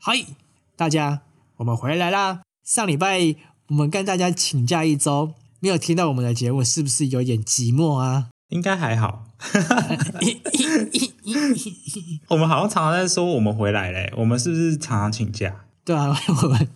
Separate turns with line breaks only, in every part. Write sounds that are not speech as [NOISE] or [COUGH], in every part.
嗨，大家，我们回来啦！上礼拜我们跟大家请假一周，没有听到我们的节目，是不是有点寂寞啊？
应该还好。 [LAUGHS] 我们好像常常在说我们回来嘞，我们是不是常常请假？
对啊，我们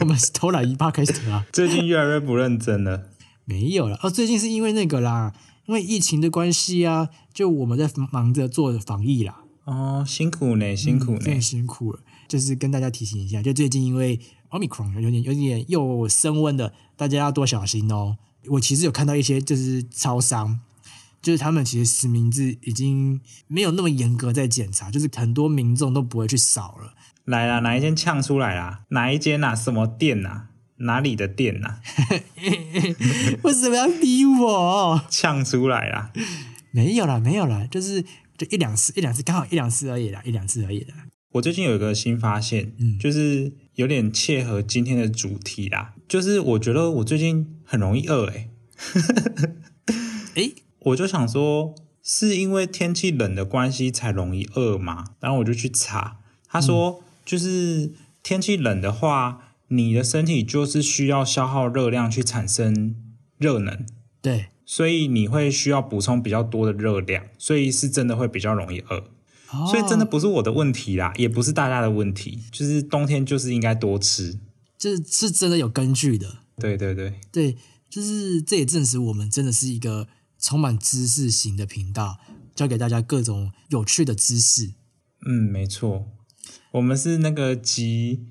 我们是偷懒一 p 开始啊，
最近越来越不认真了。
没有了哦。最近是因为那个啦，因为疫情的关系啊，就我们在忙着做防疫啦，
哦，辛苦呢，辛苦呢
真。的辛苦了。就是跟大家提醒一下，就最近因为 omicron 有点有点又升温了，大家要多小心哦。我其实有看到一些就是超商，就是他们其实实名制已经没有那么严格在检查，就是很多民众都不会去扫了。 [LAUGHS]
来啦，哪一间呛出来啦？哪一间啊？什么店啊？哪里的店啊？ [LAUGHS]
为什么要逼我？
呛出来啦！
没有啦，没有啦，就是就一两次，一两次刚好一两次而已啦，一两次而已啦。
我最近有一个新发现，就是有点切合今天的主题啦。就是我觉得我最近很容易饿、欸，
诶，
我就想说，是因为天气冷的关系才容易饿吗？然后我就去查，他说、就是天气冷的话，你的身体就是需要消耗热量去产生热能，
对，
所以你会需要补充比较多的热量，所以是真的会比较容易饿。
哦
所以真的不是我的问题啦，也不是大家的问题，就是冬天就是应该多吃。
这是真的有根据的。
对对对，
对，就是这也证实我们真的是一个充满知识型的频道，教给大家各种有趣的知识。
嗯，没错，我们是那个集，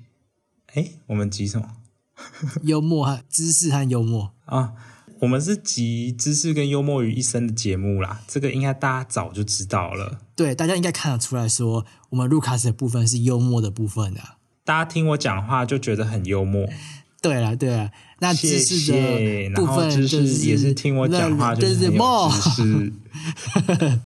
哎，我们集什么？
幽默和知识和幽默，
啊，我们是集知识跟幽默于一身的节目啦，这个应该大家早就知道了。
对大家应该看得出来说，我们 Lucas 的部分是幽默的部分啊的。
大家听我讲话就觉得很幽默，
对了，对了，那知
谢
识
谢。
的部
然后
分
知
就
识也是听我讲话就
就是
很有
默，
知识。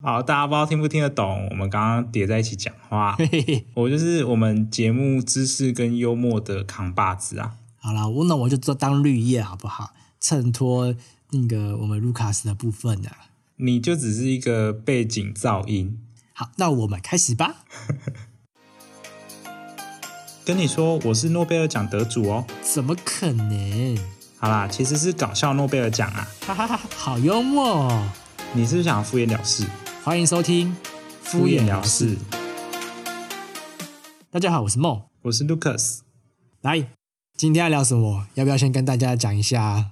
好，大家不知道听不听得懂，我们刚刚叠在一起讲话。
嘿嘿嘿
我就是我们节目知识跟幽默的扛把子啊。
好了，我那我就做当绿叶好不好？衬托那个我们 Lucas 的部分啊的。
你就只是一个背景噪音。
好，那我们开始吧。
跟你说，我是诺贝尔奖得主哦。
怎么可能？
好啦，其实是搞笑诺贝尔奖啊。
哈哈哈，好幽默、哦。
你是不是想敷衍了事？
欢迎收听《敷衍了事》。，大家好，我是梦。
我是 Lucas。
来，今天要聊什么？要不要先跟大家讲一下啊？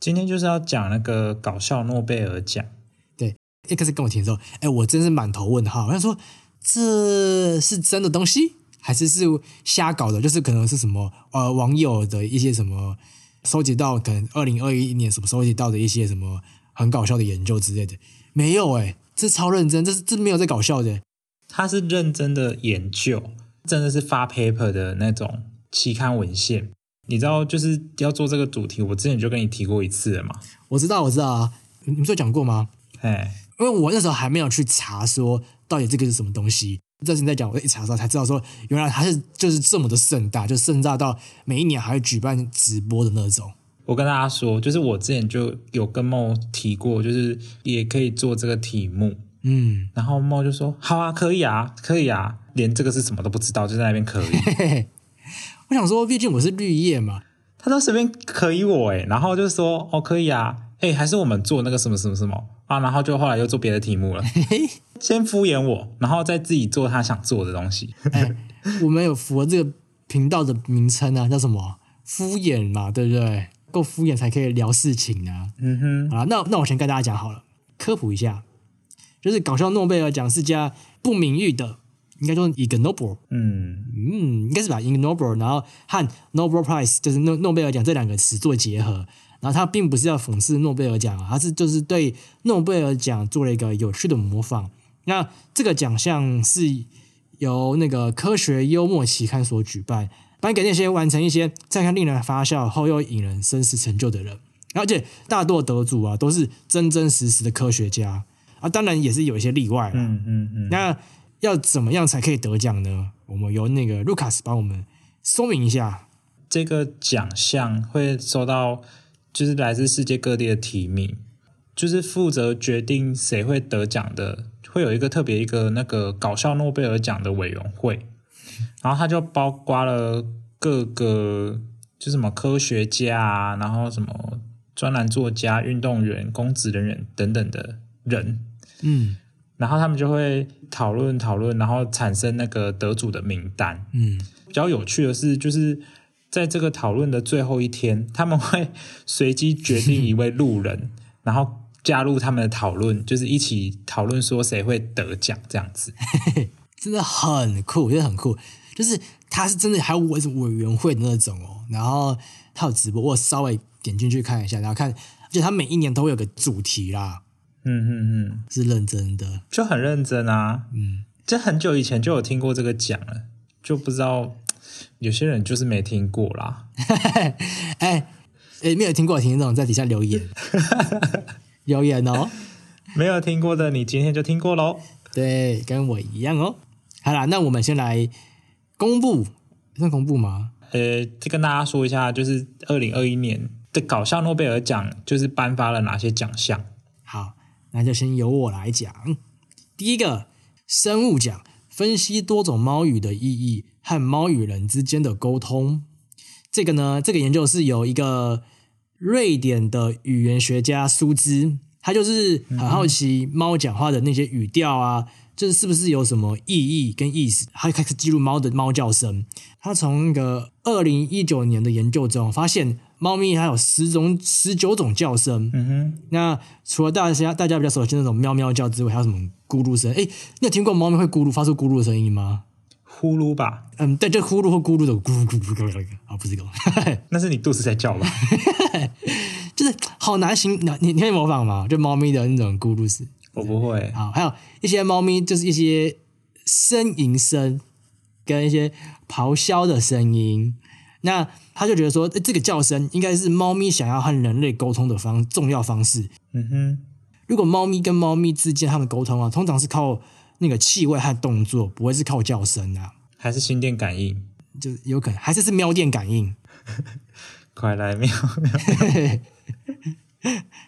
今天就是要讲那个搞笑诺贝尔奖，
对，X 跟我提的时候，哎，我真是满头问号。我想说，这是真的东西，还是是瞎搞的？就是可能是什么呃网友的一些什么收集到，可能二零二一年什么收集到的一些什么很搞笑的研究之类的。没有哎、这超认真，这是这没有在搞笑的。
他是认真的研究，真的是发 paper 的那种期刊文献。你知道，就是要做这个主题，我之前就跟你提过一次了嘛。
我知道，我知道啊，你你们有讲过吗？
哎，
因为我那时候还没有去查说到底这个是什么东西。这是你在讲，我一查的时候才知道说，原来它是就是这么的盛大，就盛大到每一年还会举办直播的那种。
我跟大家说，就是我之前就有跟梦提过，就是也可以做这个题目。
嗯，
然后梦就说：“好啊，可以啊，可以啊。”连这个是什么都不知道，就在那边可以。
嘿嘿嘿，我想说，毕竟我是绿叶嘛，
他都随便可以我诶，然后就说哦可以啊，诶，还是我们做那个什么什么什么啊，然后就后来又做别的题目了，
嘿嘿，
先敷衍我，然后再自己做他想做的东西。
哎，我们有符合这个频道的名称啊，叫什么？敷衍嘛，对不对？够敷衍才可以聊事情啊。
嗯哼，
好啦，那那我先跟大家讲好了，科普一下，就是搞笑诺贝尔奖是家不名誉的，应该说 Ig Nobel，
嗯，
嗯，应该是把 Ig Nobel 然后和 Nobel Prize 就是诺诺贝尔奖这两个词做结合，然后它并不是要讽刺诺贝尔奖啊，它是就是对诺贝尔奖做了一个有趣的模仿。那这个奖项是由那个科学幽默期刊所举办，颁给那些完成一些再看令人发笑后又引人深思成就的人。而且大多得主啊都是真真实实的科学家啊，当然也是有一些例外啊啦。
嗯嗯嗯，
那要怎么样才可以得奖呢？我们由那个卢卡斯帮我们说明一下。
这个奖项会收到就是来自世界各地的提名，就是负责决定谁会得奖的，会有一个特别一个那个搞笑诺贝尔奖的委员会。然后它就包括了各个就什么科学家啊，然后什么专栏作家、运动员、公职人员等等的人，
嗯
然后他们就会讨论讨论，然后产生那个得主的名单。
嗯
比较有趣的是，就是在这个讨论的最后一天，他们会随机决定一位路人， [LAUGHS] 然后加入他们的讨论，就是一起讨论说谁会得奖这样子。
真的很酷，真的很酷。就是他是真的还有委委员会的那种哦，然后他有直播，我稍微点进去看一下，然后看，就他每一年都会有个主题啦，
嗯嗯嗯，
是认真的。
就很认真啊。嗯，这很久以前就有听过这个奖了，就不知道有些人就是没听过啦。
哎哎，没有听过的听众在底下留言，留言哦。
没有听过的，你今天就听过喽。
对，跟我一样哦。好啦，那我们先来公布，算公布吗？
呃，再跟大家说一下，就是二零二一年的搞笑诺贝尔奖，就是颁发了哪些奖项？
好，那就先由我来讲。第一个，生物奖，分析多种猫语的意义和猫与人之间的沟通。这个呢，这个研究是由一个瑞典的语言学家苏兹，他就是
嗯
很好奇猫讲话的那些语调啊，这是不是有什么意义跟意思？他开始记录猫的猫叫声。他从那个二零一九年的研究中发现，猫咪还有十种、十九种叫声。
嗯哼，
那除了大家大家比较熟悉那种喵喵叫之外，还有什么咕噜声？哎，你有听过猫咪会咕噜发出咕噜的声音吗？
呼噜吧，
嗯，对，就呼噜或咕噜的咕噜咕噜咕噜咕噜咕噜啊，不是这个，
那是你肚子在叫吧？
就是好难形，你你你可以模仿吗？就猫咪的那种咕噜声。
我不会，
好，还有一些猫咪就是一些呻吟声跟一些咆哮的声音。那他就觉得说，诶这个叫声应该是猫咪想要和人类沟通的方重要方式。
嗯哼，
如果猫咪跟猫咪之间它们沟通啊，通常是靠那个气味和动作，不会是靠叫声啊，
还是心电感应，
就有可能还是是喵电感应。
快来喵喵！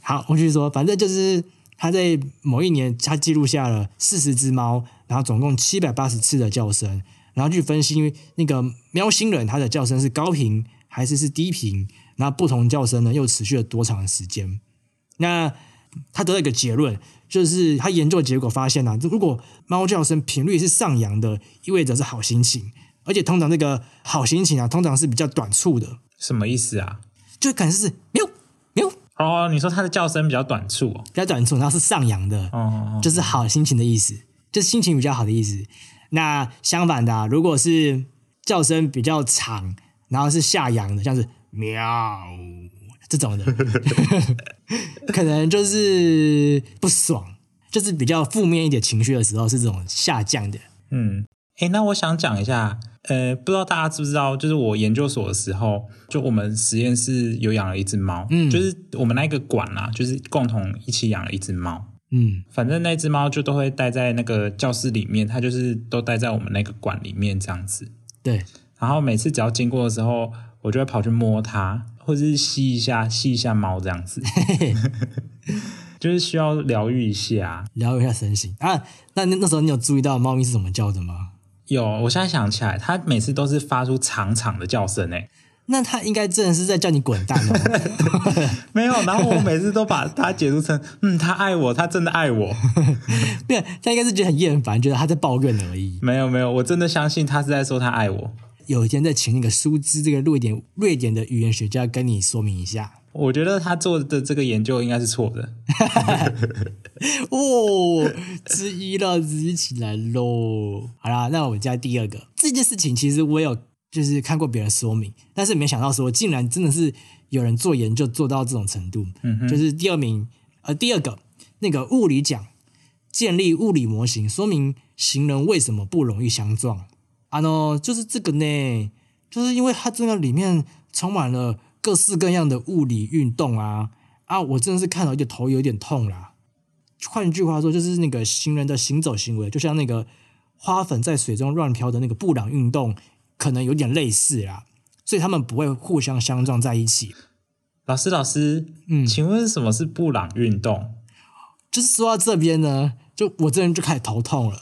好，我继续说，反正就是他在某一年，他记录下了四十只猫，然后总共七百八十次的叫声，然后去分析那个喵星人它的叫声是高频还是是低频，然后不同叫声呢又持续了多长的时间。那他得到一个结论，就是他研究结果发现啊，如果猫叫声频率是上扬的，意味着是好心情，而且通常这个好心情啊，通常是比较短促的，
[LAUGHS] 什么意思啊？
就可能是喵喵
哦，你说它的叫声比较短促哦。
比较短促，然后是上扬的，
哦哦，哦
就是好心情的意思，就是心情比较好的意思。那相反的啊、如果是叫声比较长，然后是下扬的，像是喵这种的， [LAUGHS] 可能就是不爽，就是比较负面一点情绪的时候是这种下降的。
嗯，诶，那我想讲一下，呃，不知道大家知不知道，就是我研究所的时候，就我们实验室有养了一只猫，嗯，就是我们那个馆啊，就是共同一起养了一只猫。
嗯
反正那只猫就都会待在那个教室里面，它就是都待在我们那个馆里面这样子。
对，
然后每次只要经过的时候，我就会跑去摸它，或者是吸一下、吸一下猫这 [LAUGHS] 样子，就是需要疗愈一下。
聊一下身形啊。那那那时候你有注意到猫咪是怎么叫的吗？
有，我现在想起来，它每次都是发出长长的叫声诶、欸
那它应该真的是在叫你滚蛋哦。 [LAUGHS]
没有。然后我每次都把它解读成，嗯，它爱我，它真的爱我。
对，它应该是觉得很厌烦，觉得它在抱怨而已。
[LAUGHS] 没有没有，我真的相信它是在说它爱我。
有一天再请那个苏兹这个瑞典瑞典的语言学家跟你说明一下。
我觉得他做的这个研究应该是错的。
[LAUGHS] 哦，之一了，之一起来喽。好啦，那我们加第二个这件事情，其实我有就是看过别人说明，但是没想到说竟然真的是有人做研究做到这种程度。嗯，就是第二名，呃，第二个那个物理奖，建立物理模型，说明行人为什么不容易相撞。啊喏，就是这个呢，就是因为它这个里面充满了各式各样的物理运动啊啊，我真的是看到就头有点痛啦。换句话说，就是那个行人的行走行为，就像那个花粉在水中乱飘的那个布朗运动，可能有点类似啦，所以他们不会互相相撞在一起。
老师，老师，嗯，请问什么是布朗运动？
就是说到这边呢，就我真的就开始头痛了。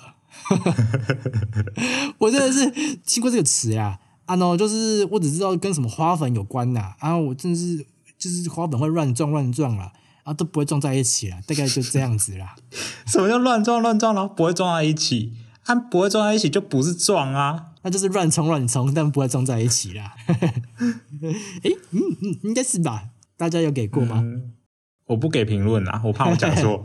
[LAUGHS] 我真的是听过这个词呀，啊 no，就是我只知道跟什么花粉有关呐，啊，我真的是就是花粉会乱撞乱撞啦，啊，都不会撞在一起啦，大概就这样子啦。
什么叫乱撞乱撞然后不会撞在一起？它、不会撞在一起就不是撞啊。
那就是乱冲乱冲，但不会撞在一起啦。 [LAUGHS] 诶，嗯嗯，应该是吧？大家有给过吗？
嗯，我不给评论啊啦，我怕我讲 [LAUGHS] 错。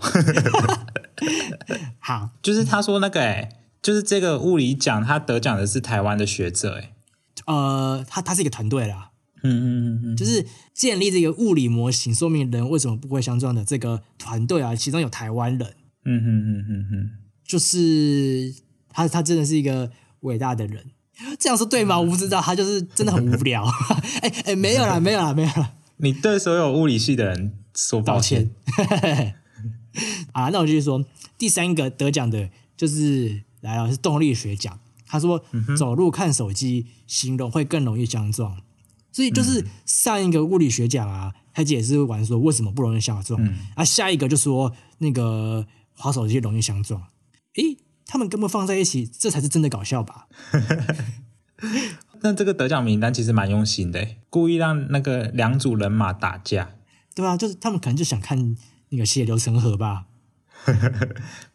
好，
就是他说那个、欸，就是这个物理奖，他得奖的是台湾的学者、欸，哎，
呃，它它是一个团队啦，
嗯嗯嗯嗯，
就是建立这个物理模型，说明人为什么不会相撞的这个团队啊，其中有台湾人，
嗯嗯嗯嗯嗯，
就是他他真的是一个伟大的人。这样说对吗？我不知道，他就是真的很无聊。 [LAUGHS] 哎哎，没有啦，没有啦，没有啦。
你对所有物理系的人说
抱 [LAUGHS]
抱
歉。啊，那我继续说，第三个得奖的就是来啊了，是动力学奖。他说，走路看手机，形容会更容易相撞。所以就是上一个物理学奖啊，他解释完说为什么不容易相撞，啊，下一个就说那个滑手机容易相撞。诶，他们根本放在一起，这才是真的搞笑吧？
那这个得奖名单其实蛮用心的、欸，故意让那个两组人马打架。
对吧、就是他们可能就想看那个血流成河吧。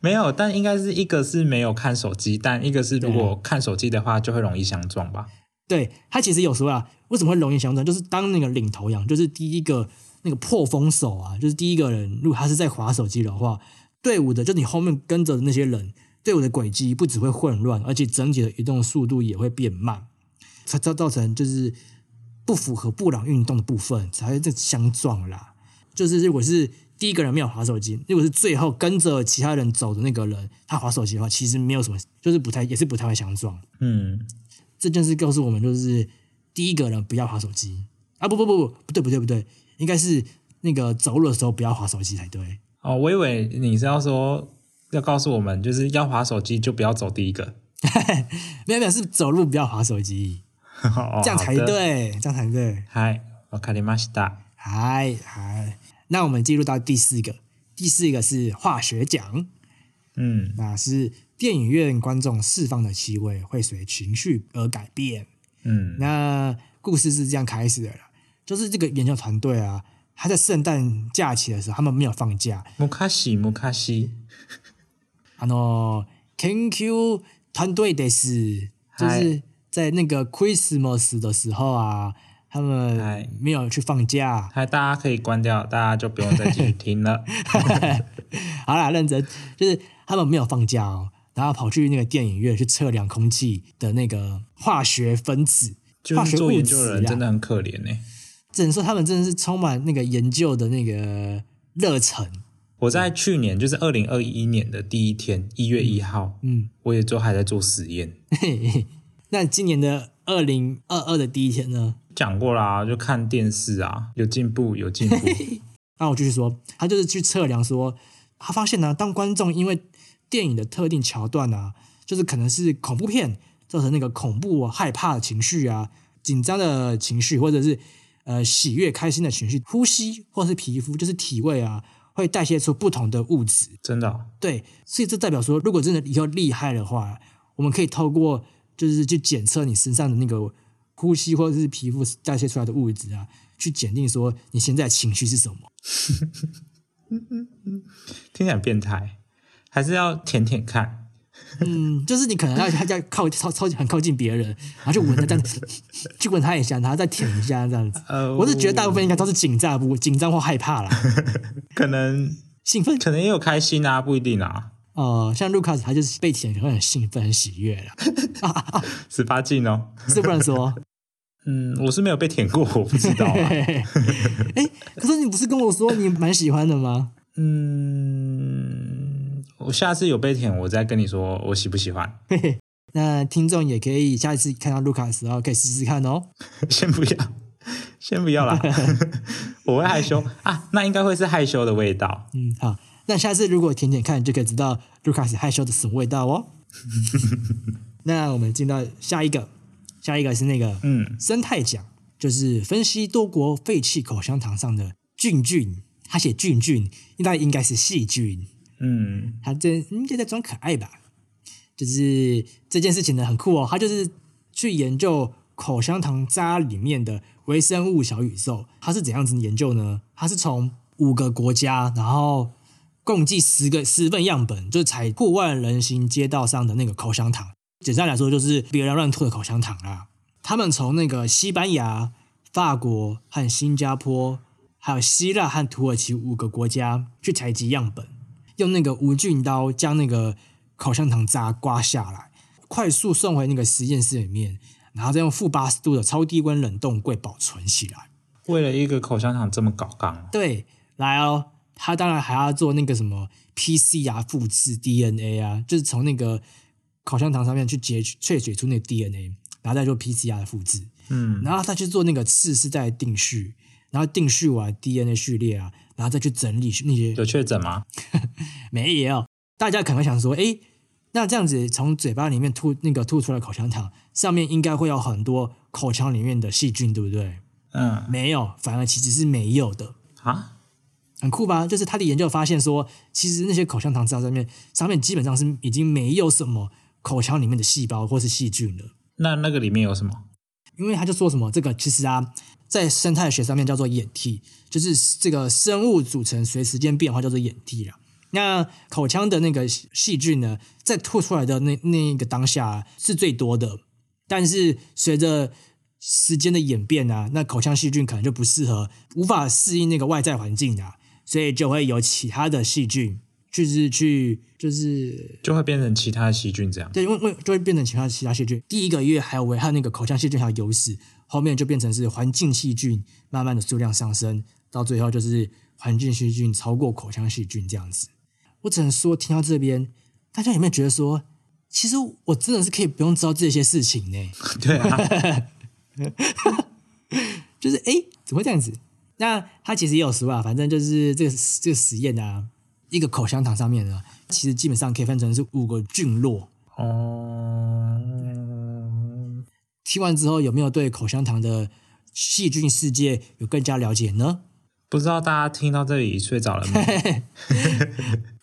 没有，但应该是一个是没有看手机，但一个是如果看手机的话，就会容易相撞吧。
对他其实有时候啊，为什么会容易相撞？就是当那个领头羊，就是第一个那个破风手啊，就是第一个人，如果他是在划手机的话，队伍的就你后面跟着的那些人，队伍的轨迹不只会混乱，而且整体的移动速度也会变慢，才造造成就是不符合布朗运动的部分才会这相撞啦。就是如果是第一个人没有划手机，如果是最后跟着其他人走的那个人他划手机的话，其实没有什么，就是不太也是不太会相撞。
嗯，
这件事告诉我们，就是第一个人不要划手机啊！不不不不，不对不对不对，应该是那个走路的时候不要划手机才对。
哦，我以为你是要说要告诉我们，就是要划手机就不要走第一个，
没有没有，是走路不要划手机，
[LAUGHS] 哦
这样才。
好的
对，这样才对。
嗨，我卡里马西达。
嗨嗨，那我们进入到第四个，第四个是化学奖，
嗯
那是电影院观众释放的气味会随情绪而改变。
嗯
那故事是这样开始的啦，就是这个研究团队啊，他在圣诞假期的时候，他们没有放假，
木卡西木卡西，
あの啊研究团队的是，就
嗨
是在那个 Christmas 的时候啊，他
嗨
们没有去放假。
嗨，大家可以关掉，大家就不用再继续听 [LAUGHS] 了。
好啦，认真，就是他们没有放假哦，然后跑去那个电影院去测量空气的那个化学分子、
就
化
是
学
做
物
研
质
究的
啊
人真的很可怜欸呢、
只能说他们真的是充满那个研究的那个热忱。
我在去年，就是二零二一年的第一天，一月一号，
嗯，
我也就还在做实验，
嘿嘿那今年的二零二二的第一天呢？
讲过啦，就看电视啊，有进步，有进步。
那我继续说，他就是去测量说，他发现呢、当观众因为电影的特定桥段啊，就是可能是恐怖片造成那个恐怖、啊、害怕的情绪啊，紧张的情绪，或者是呃喜悦、开心的情绪，呼吸或是皮肤，就是体味啊，会代谢出不同的物质。
真的哦、
对，所以这代表说，如果真的以后厉害的话，我们可以透过就是去检测你身上的那个呼吸或者是皮肤代谢出来的物质啊，去检定说你现在情绪是什么。
听起来很变态，还是要舔舔看。
嗯，就是你可能要要要靠超超级很靠近别人，然后就闻他这样子， [LAUGHS] 去闻他一下，然后再舔一下这样子。
呃
我是觉得大部分应该都是紧张不紧张或害怕啦，
可能
兴奋。
可能也有开心啊，不一定啊，
呃，像卢卡斯他就是被舔会很兴奋很喜悦啦，
十八禁哦。
是不能说。
嗯，我是没有被舔过， [LAUGHS] 我不知
[LAUGHS]
道啊。
哎、可是你不是跟我说你蛮喜欢的吗？
嗯，我下次有被舔，我再跟你说我喜不喜欢。 [LAUGHS]
嘿嘿，那听众也可以下一次看到卢卡斯哦，可以试试看哦。
先不要，先不要啦， [LAUGHS] 我会害羞啊，那应该会是害羞的味道。
嗯，好，那下次如果舔舔看，就可以知道卢卡斯害羞的什么味道哦。 [LAUGHS] 那我们进到下一个，下一个是那个
嗯，
生态奖，就是分析多国废弃口香糖上的菌菌，他写菌菌，那应该是细菌，
嗯，
他这应该在装可爱吧？就是这件事情呢很酷哦，他就是去研究口香糖渣里面的微生物小宇宙，它是怎样子研究呢？它是从五个国家，然后共计十个十份样本，就采户外人行街道上的那个口香糖，简单来说就是别人乱吐的口香糖啦。他们从那个西班牙、法国和新加坡，还有希腊和土耳其五个国家去采集样本，用那个无菌刀将那个口香糖渣刮下来，快速送回那个实验室里面，然后再用负八十度的超低温冷冻柜保存起来。
为了一个口香糖这么搞杠，
对，来哦，他当然还要做那个什么 PCR 复制 DNA 啊，就是从那个口香糖上面去截取萃取出那个 DNA，然后再做 PCR 的复制。
嗯，
然后他去做那个次世代定序，然后定序完 DNA 序列啊，然后再去整理那些
有确诊吗？
没有。大家可能会想说，诶，那这样子从嘴巴里面吐那个吐出来口香糖，上面应该会有很多口腔里面的细菌，对不对？
嗯，
没有，反而其实是没有的，
啊，
很酷吧？就是他的研究发现说，其实那些口香糖渣上面上面基本上是已经没有什么口腔里面的细胞或是细菌了。
那那个里面有什么？
因为他就说什么这个其实啊，在生态学上面叫做演替，就是这个生物组成随时间变化叫做演替啦。那口腔的那个细细菌呢，在吐出来的那那个当下是最多的，但是随着时间的演变啊，那口腔细菌可能就不适合，无法适应那个外在环境啊，所以就会有其他的细菌，就是去就是
就会变成其他的细菌这样。
对，因为因为就会变成其他其他细菌。第一个月还有危害那个口腔细菌还有优势，后面就变成是环境细菌慢慢的数量上升，到最后就是环境细菌超过口腔细菌这样子。我只能说，听到这边，大家有没有觉得说，其实我真的是可以不用知道这些事情呢？
对啊，
就是诶，怎么会这样子？那他其实也有说啊，反正就是这个这个实验啊，一个口香糖上面呢，其实基本上可以分成是五个菌落。
哦，
听完之后有没有对口香糖的细菌世界有更加了解呢？
不知道大家听到这里睡着了没？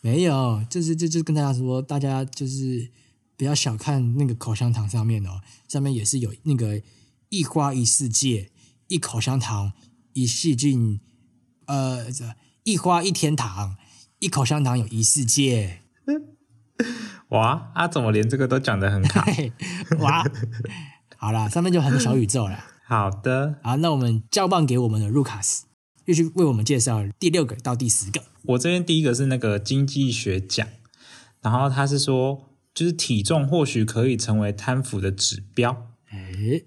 没有，就是就就跟大家说，大家就是不要小看那个口香糖上面哦，上面也是有那个一花一世界，一口香糖一细菌，呃，这一花一天堂，一口香糖有一世界。
哇，啊，怎么连这个都讲得很好？
嘿哇，好啦，上面就很多小宇宙啦。
好的，
好，那我们交棒给我们的卢卡斯，又去为我们介绍第六个到第十个。
我这边第一个是那个经济学奖，然后他是说，就是体重或许可以成为贪腐的指标。
哎，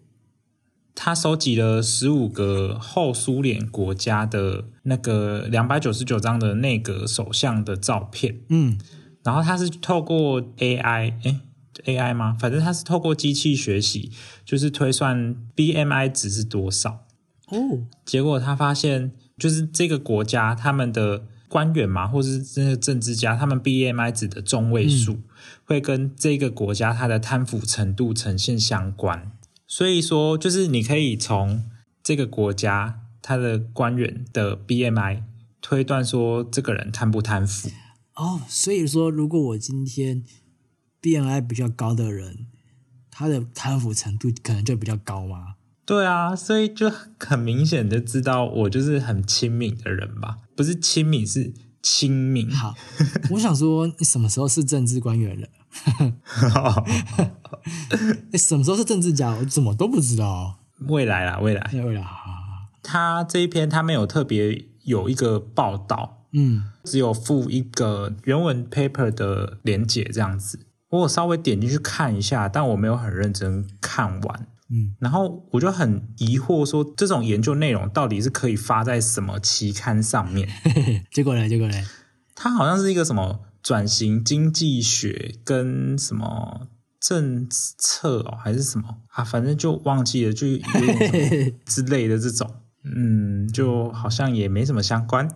他收集了十五个后苏联国家的那个两百九十九张的内阁首相的照片，
嗯，
然后他是透过 AI，哎，AI 吗？反正他是透过机器学习，就是推算 BMI 值是多少。
哦，
结果他发现，就是这个国家他们的官员嘛，或是真的政治家，他们 BMI 值的中位数、会跟这个国家它的贪腐程度呈现相关。所以说，就是你可以从这个国家它的官员的 BMI 推断说这个人贪不贪腐。
哦，所以说，如果我今天 BMI 比较高的人，他的贪腐程度可能就比较高嘛。
对啊，所以就很明显的知道我就是很亲民的人吧，不是亲民是亲民。
好，我想说，你什么时候是政治官员了？你什么时候是政治家？我怎么都不知道。
未来啦，未来。
哎为了啊，
他这一篇他没有特别有一个报道，
嗯，
只有附一个原文 paper 的连结这样子。我有稍微点进去看一下，但我没有很认真看完。
嗯，
然后我就很疑惑说，这种研究内容到底是可以发在什么期刊上面？
嘿嘿结果嘞，结果嘞，
它好像是一个什么转型经济学跟什么政策哦，还是什么啊？反正就忘记了，就有点什么之类的这种，嗯，就好像也没什么相关。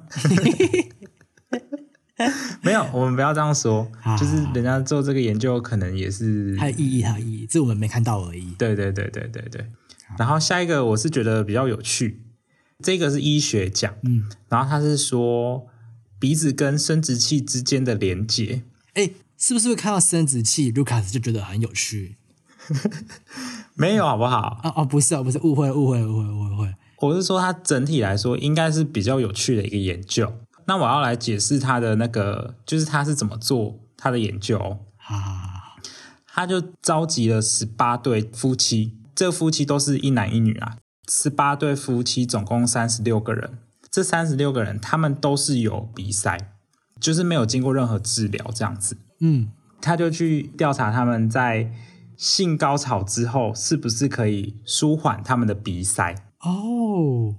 没有，我们不要这样说，就是人家做这个研究可能也是
还有意义，还有意义，这我们没看到而已。
对对对对对对。然后下一个我是觉得比较有趣，这个是医学奖，
嗯，
然后他是说鼻子跟生殖器之间的连接，
哎，是不是会看到生殖器？卢卡斯就觉得很有趣
没有好不好？
啊哦，不是啊，不是，误会了，误会了，误会了，误会了。
我是说，它整体来说应该是比较有趣的一个研究。那我要来解释它的那个，就是它是怎么做它的研究。哦
好好好好，
他就召集了十八对夫妻，这夫妻都是一男一女啊，十八对夫妻总共三十六个人，这三十六个人他们都是有鼻塞，就是没有经过任何治疗这样子。
嗯，
他就去调查他们在性高潮之后是不是可以舒缓他们的鼻塞，
哦，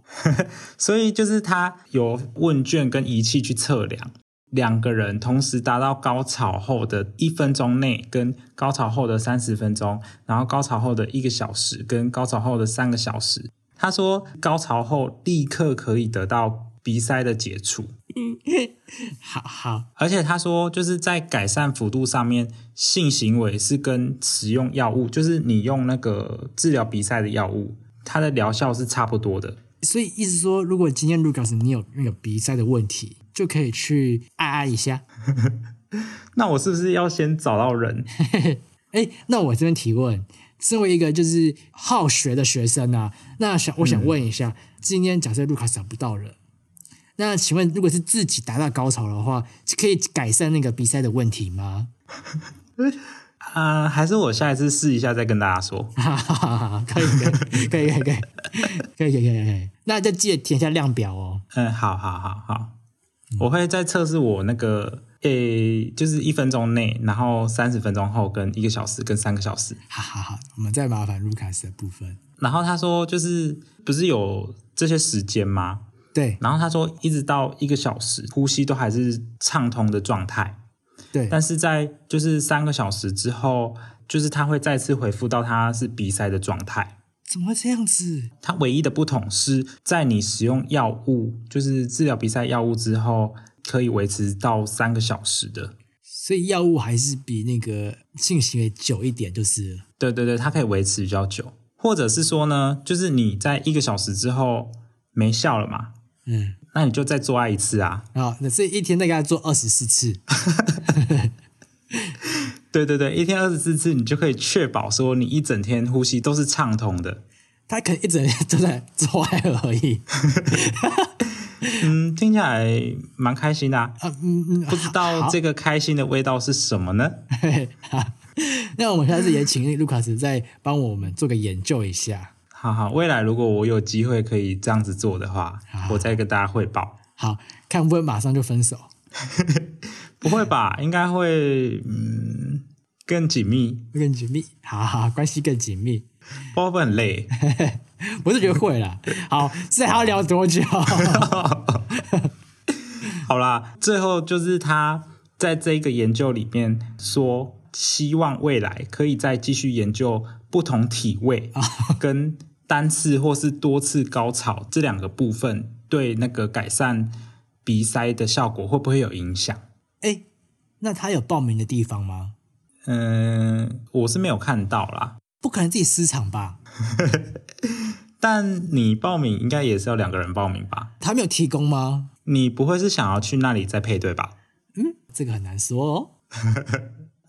所以就是他有问卷跟仪器去测量两个人同时达到高潮后的一分钟内，跟高潮后的三十分钟，然后高潮后的一个小时，跟高潮后的三个小时。他说高潮后立刻可以得到鼻塞的解除，
好好
而且他说就是在改善幅度上面，性行为是跟使用药物，就是你用那个治疗鼻塞的药物，它的疗效是差不多的。
所以意思说，如果今天 Lucas 你有那个鼻塞的问题，就可以去爱爱一下。
那我是不是要先找到人？
哎，那我这边提问，身为一个就是好学的学生啊，那想我想问一下，今天假设 Lucas 找不到人，那请问如果是自己达到高潮的话，可以改善那个鼻塞的问题吗？ [LAUGHS]
啊、还是我下一次试一下再跟大家说。
哈哈哈哈，可以可以可以可以可以可以可以可以可以可以，那就记得填一下量表哦。
嗯，好好好好，我会再测试我那个诶、就是一分钟内，然后三十分钟后跟一个小时跟三个小时。
哈哈哈，我们再麻烦 Lucas 的部分。
然后他说，就是不是有这些时间吗？
对
然后他说，一直到一个小时，呼吸都还是畅通的状态，
对，
但是在就是三个小时之后，就是他会再次回复到他是鼻塞的状态。
怎么会这样子？
它唯一的不同是在你使用药物，就是治疗鼻塞药物之后，可以维持到三个小时的。
所以药物还是比那个性行为久一点，就是了
对对对，它可以维持比较久，或者是说呢，就是你在一个小时之后没效了嘛，
嗯，
那你就再做爱一次啊。
啊，那所以一天大概要做二十四次。
对对对，一天二十四次，你就可以确保说你一整天呼吸都是畅通的。
他可能一整天都在做爱而已
嗯，听起来蛮开心的、啊，
啊，嗯嗯，
不知
好
道这个开心的味道是什么呢？
嘿好那我们下次也请卢卡斯再帮我们做个研究一下。
好好，未来如果我有机会可以这样子做的话，我再跟大家汇报。
好看，会不会马上就分手？
不会吧？应该会，嗯，更紧密。
会更紧密，好好，关系更紧密。
不然会不会很累？
我是觉得会啦。好，这还要聊多久？ [LAUGHS]
好啦，最后就是他在这个研究里面说，希望未来可以再继续研究不同体位跟单次或是多次高潮这两个部分对那个改善鼻塞的效果会不会有影响？
哎，那他有报名的地方吗？
嗯，我是没有看到啦。
不可能自己私藏吧？
但你报名应该也是要两个人报名吧？
他没有提供吗？
你不会是想要去那里再配对吧？
嗯，这个很难说哦。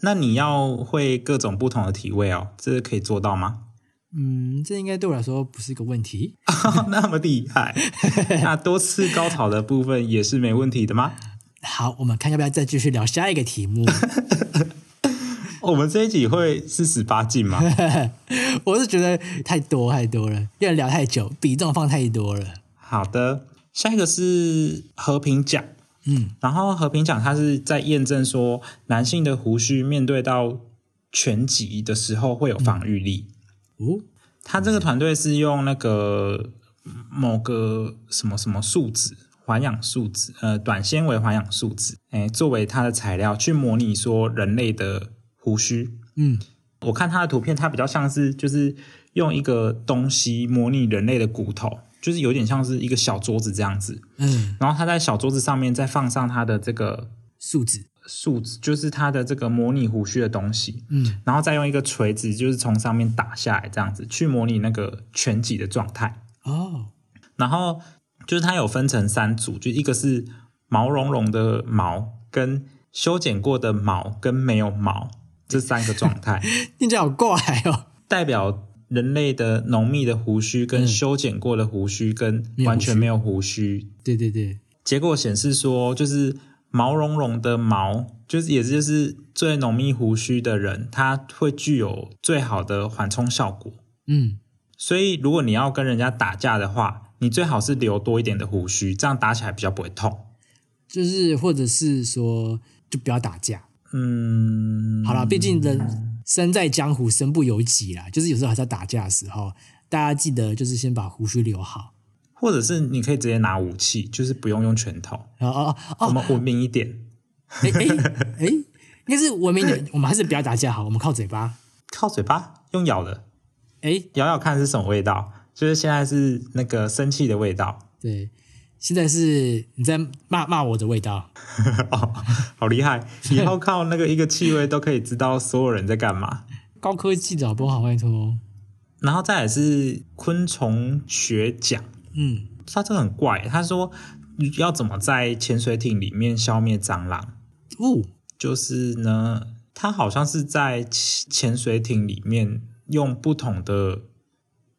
那你要会各种不同的体位哦，这可以做到吗？ [LAUGHS]
嗯，这应该对我来说不是一个问题。
那么厉害，那多次高潮的部分也是没问题的吗？
好，我们看要不要再继续聊下一个题目。 [LAUGHS]
我们这一集会是十八禁吗？
我是觉得太多太多了，要聊太久，比重放太多了。
好的，下一个是和平奖。
嗯，
然后和平奖它是在验证说，男性的胡须面对到拳击的时候会有防御力。
哦，
他这个团队是用那个嗯某个什么什么树脂环氧树脂，呃，短纤维环氧树脂，哎，作为它的材料去模拟说人类的胡须。
嗯，
我看它的图片，它比较像是就是用一个东西模拟人类的骨头，就是有点像是一个小桌子这样子。
嗯，
然后它在小桌子上面再放上它的这个
数字，
树脂，就是它的这个模拟胡须的东西。
嗯，
然后再用一个锤子，就是从上面打下来，这样子去模拟那个拳击的状态。
哦，
然后就是它有分成三组，就一个是毛茸茸的毛跟修剪过的毛跟没有毛这三个状态，
听起来好怪哦。
代表人类的浓密的胡须、跟修剪过的胡须、跟完全没有胡须。
对对对，
结果显示说，就是毛茸茸的毛，就是也就是最浓密胡须的人，他会具有最好的缓冲效果。
嗯，
所以如果你要跟人家打架的话，你最好是留多一点的胡须，这样打起来比较不会痛。
就是或者是说，就不要打架。
嗯，
好啦，毕竟人身在江湖，身不由己啦。就是有时候还是要打架的时候，大家记得就是先把胡须留好。
或者是你可以直接拿武器，就是不用用拳头，
然后哦
我
哦，
们文明一点，
哎哎 [LAUGHS] 哎，应该是文明点，我们还是不要打架好，我们靠嘴巴。
靠嘴巴，用咬的，
哎，
咬咬看是什么味道。就是现在是那个生气的味道，
对，现在是你在骂骂我的味道。
哦，好厉害！以后靠那个一个气味都可以知道所有人在干嘛。
高科技的好不好？拜托，
然后再来是昆虫学奖，
嗯，
他这个很怪，他说要怎么在潜水艇里面消灭蟑螂？
哦，
就是呢，他好像是在潜潜水艇里面用不同的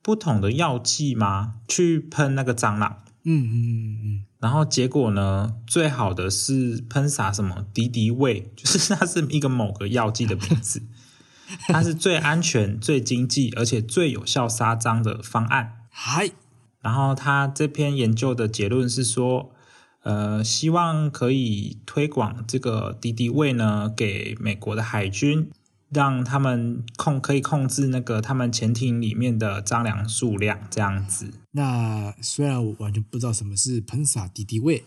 不同的药剂吗，去喷那个蟑螂。
嗯嗯嗯嗯，
然后结果呢？最好的是喷洒什么敌敌畏， [LAUGHS] 就是它是一个某个药剂的名字，它是最安全、最经济，而且最有效杀蟑的方案。
还
然后他这篇研究的结论是说，呃，希望可以推广这个敌敌畏呢给美国的海军，让他们控可以控制那个他们潜艇里面的蟑螂数量这样子。
那虽然我完全不知道什么是喷洒敌敌畏，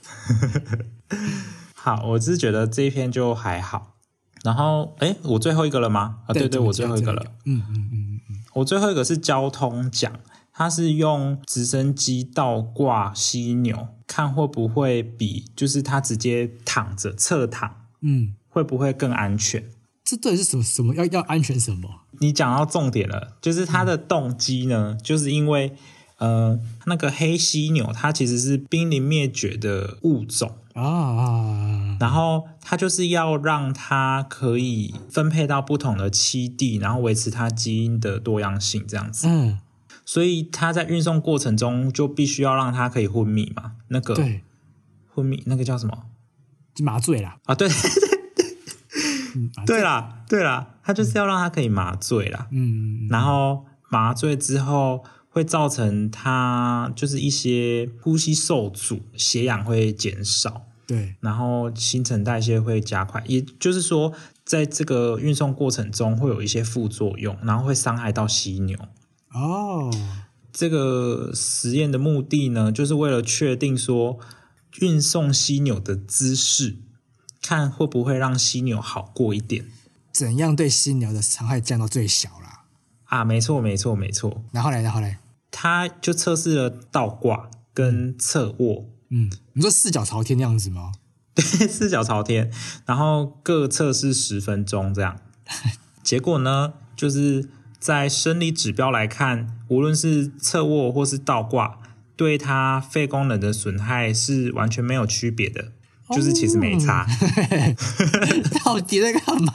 好，我只是觉得这一篇就还好。然后，哎，我最后一个了吗？啊，对对，我最后一个了。，
嗯嗯嗯嗯，
我最后一个是交通奖，它是用直升机倒挂犀牛，看会不会比就是它直接躺着侧躺
嗯，
会不会更安全。
这到底是什么什么要要安全什么？
你讲到重点了，就是它的动机呢，就是因为呃那个黑犀牛它其实是濒临灭绝的物种，
啊，
然后它就是要让它可以分配到不同的栖地，然后维持它基因的多样性这样子。
嗯，
所以它在运送过程中就必须要让它可以昏迷嘛，那个
对，
昏迷那个叫什么
就麻醉啦，
啊？对 [LAUGHS]
嗯，麻醉，
对啦，对啦，它就是要让它可以麻醉啦，
嗯，嗯嗯
然后麻醉之后会造成它就是一些呼吸受阻，血氧会减少，
对，
然后新陈代谢会加快，也就是说，在这个运送过程中会有一些副作用，然后会伤害到犀牛。
哦，
这个实验的目的呢，就是为了确定说运送犀牛的姿势，看会不会让犀牛好过一点
怎样对犀牛的伤害降到最小啦？
啊？没错，没错，没错，
然后嘞，然后嘞，
他就测试了倒挂跟侧卧，
嗯，你说四脚朝天那样子吗？
四脚朝天，然后各测试十分钟这样。结果呢，就是在生理指标来看，无论是侧卧或是倒挂，对它肺功能的损害是完全没有区别的，就是其实没差。
到底在干嘛？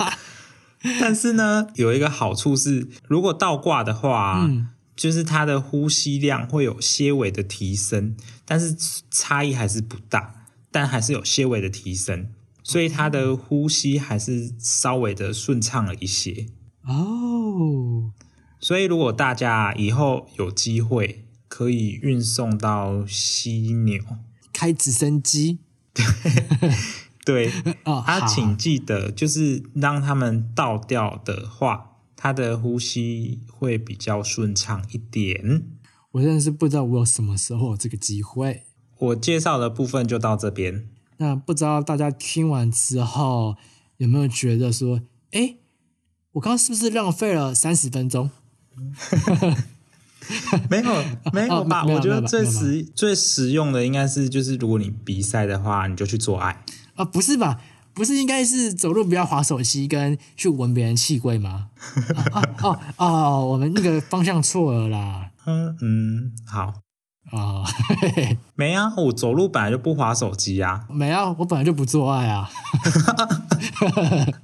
但是呢，有一个好处是，如果倒挂的话，就是它的呼吸量会有些微的提升，但是差异还是不大，但还是有些微的提升，所以它的呼吸还是稍微的顺畅了一些。
哦，
所以如果大家以后有机会可以运送到犀牛，
开直升机
对，
[LAUGHS] 哦，
啊，
好
请记得，就是让他们倒掉的话，他的呼吸会比较顺畅一点。
我真的是不知道我有什么时候有这个机会。
我介绍的部分就到
[LAUGHS]
这边。
那不知道大家听完之后有没有觉得说，哎，我刚刚是不是浪费了三十分钟？
没有，没有吧？
哦没有
我觉
没有
得
吧
最
没有吧
实最实用的应该是，就是如果你比赛的话，你就去做爱。
啊，不是吧？不是应该是走路不要划手机，跟去闻别人气味吗？啊哦哦哦，我们那个方向错了啦！
嗯嗯，好。
啊、嘿嘿嘿
没啊，我走路本来就不滑手机啊。
没啊，我本来就不做爱啊。 [LAUGHS]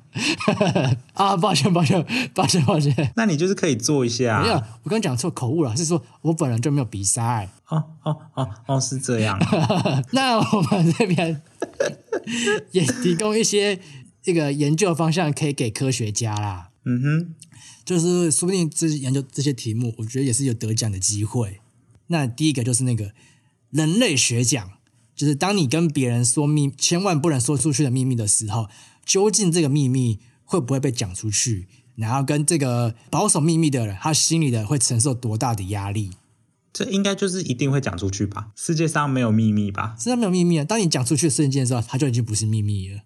啊，抱歉，抱歉，抱歉，抱歉，
那你就是可以做一
没有
下。，啊
我刚讲错口误了，是说我本人就没有比赛。
哦哦哦哦，是这样。
[LAUGHS] 那我们这边 [LAUGHS] 也提供一些这个研究方向，可以给科学家啦。
嗯哼，
就是说不定这研究这些题目，我觉得也是有得奖的机会。那第一个就是那个人类学奖，就是当你跟别人说秘，千万不能说出去的秘密的时候，究竟这个秘密会不会被讲出去？然后跟这个保守秘密的人，他心里的会承受多大的压力？
这应该就是一定会讲出去吧？世界上没有秘密吧？
真的没有秘密啊！当你讲出去的瞬间的时候，它就已经不是秘密了。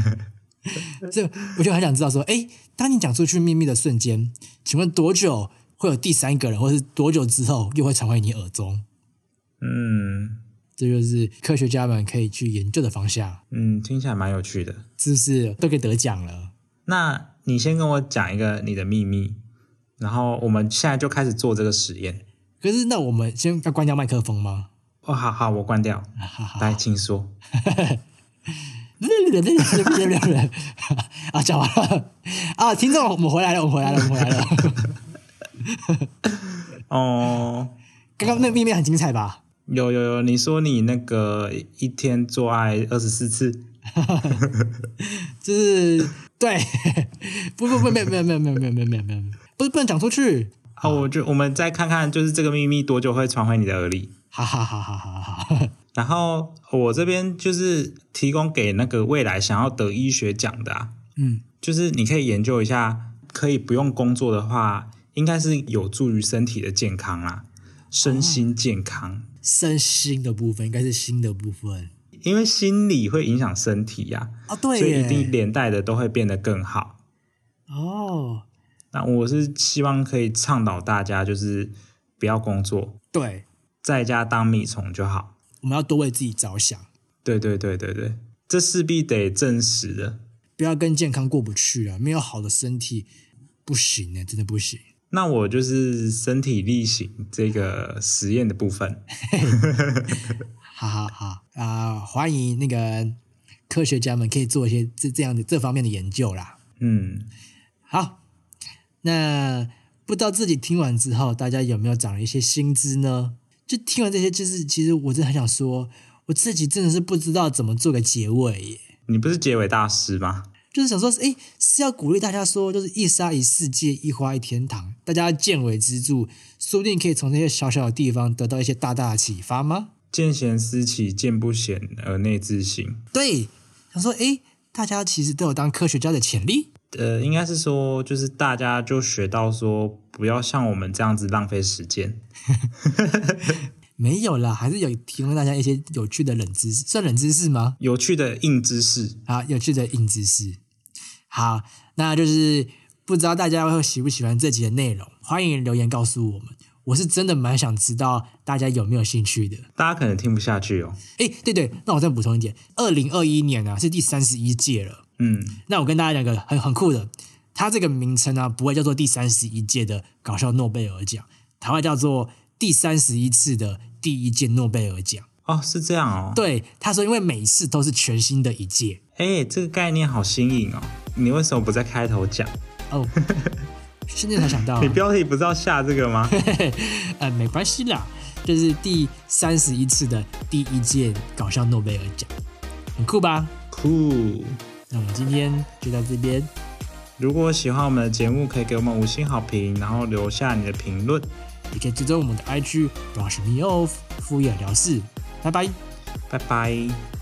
[LAUGHS] 这我就很想知道说，哎，当你讲出去秘密的瞬间，请问多久会有第三个人，或是多久之后又会传回你耳中？
嗯
这就是科学家们可以去研究的方向，
嗯，听起来蛮有趣的。
是不是都可以得奖了？
那你先跟我讲一个你的秘密，然后我们现在就开始做这个实验。
可是那我们先要关掉麦克风吗？ [LAUGHS]
哦，好好，我关掉，
哈哈，
来，请说。
啊，讲完了啊，听众，我们回来了，我们回来了，我们回来了。
哦，
刚刚那个秘密很精彩吧？
有有有，你说你那个一天做爱二十四次，
就是对， [LAUGHS] 不不不，没有没有没有没有没有没有没有没有，不是不能讲出去，
哦，我就我们再看看，就是这个秘密多久会传回你的耳里。
哈哈哈哈哈哈。 [LAUGHS]
然后我这边就是提供给那个未来想要得医学奖的、啊，
嗯，
就是你可以研究一下，可以不用工作的话，应该是有助于身体的健康啦、身心健康，
身心的部分应该是心的部分
因为心理会影响身体呀、
啊，对
所以一定
耶，
连带的都会变得更好。
哦，
那我是希望可以倡导大家，就是不要工作，
对，
在家当米虫就好。
我们要多为自己着想，
对对对对对，这势必得证实的。
不要跟健康过不去啊，没有好的身体不行呢，真的不行。
那我就是身体力行这个实验的部分。
哈哈哈啊、欢迎那个科学家们可以做一些这这样的这方面的研究啦。
嗯，
好，那不知道自己听完之后，大家有没有长了一些新知呢？就听完这些，就是其实我真的很想说，我自己真的是不知道怎么做个结尾耶。
你不是结尾大师吗？
就是想说，哎，是要鼓励大家说，就是一沙一世界，一花一天堂，大家见微知著，说不定可以从这些小小的地方得到一些大大的启发吗？
见贤思齐，见不贤而内自省。
对，想说，哎，大家其实都有当科学家的潜力。
呃，应该是说，就是大家就学到说，不要像我们这样子浪费时间。
没有啦，还是有提供大家一些有趣的冷知识，算冷知识吗？
有趣的硬知识，
啊，有趣的硬知识。好，那就是不知道大家会喜不喜欢这集的内容，欢迎留言告诉我们。我是真的蛮想知道大家有没有兴趣的。
大家可能听不下去哦。
诶，对对，那我再补充一点，二零二一年啊是第三十一届了。
嗯，
那我跟大家讲个很很酷的，它这个名称呢、不会叫做第三十一届的搞笑诺贝尔奖，它会叫做第三十一次的第一届诺贝尔奖。
哦，是这样哦。
对，他说因为每一次都是全新的一届，
哎，这个概念好新颖哦。你为什么不在开头讲？
哦， [LAUGHS] 现在才想到、啊
你，标题不是要下这个吗？
呃，没关系啦，这是第三十一次的第一届搞笑诺贝尔奖，很酷吧？
酷。
那我们今天就到这边，
如果喜欢我们的节目，可以给我们五星好评，然后留下你的评论。
也可以哦追踪我们的 IG brush me off 敷衍了事，拜拜。
拜拜。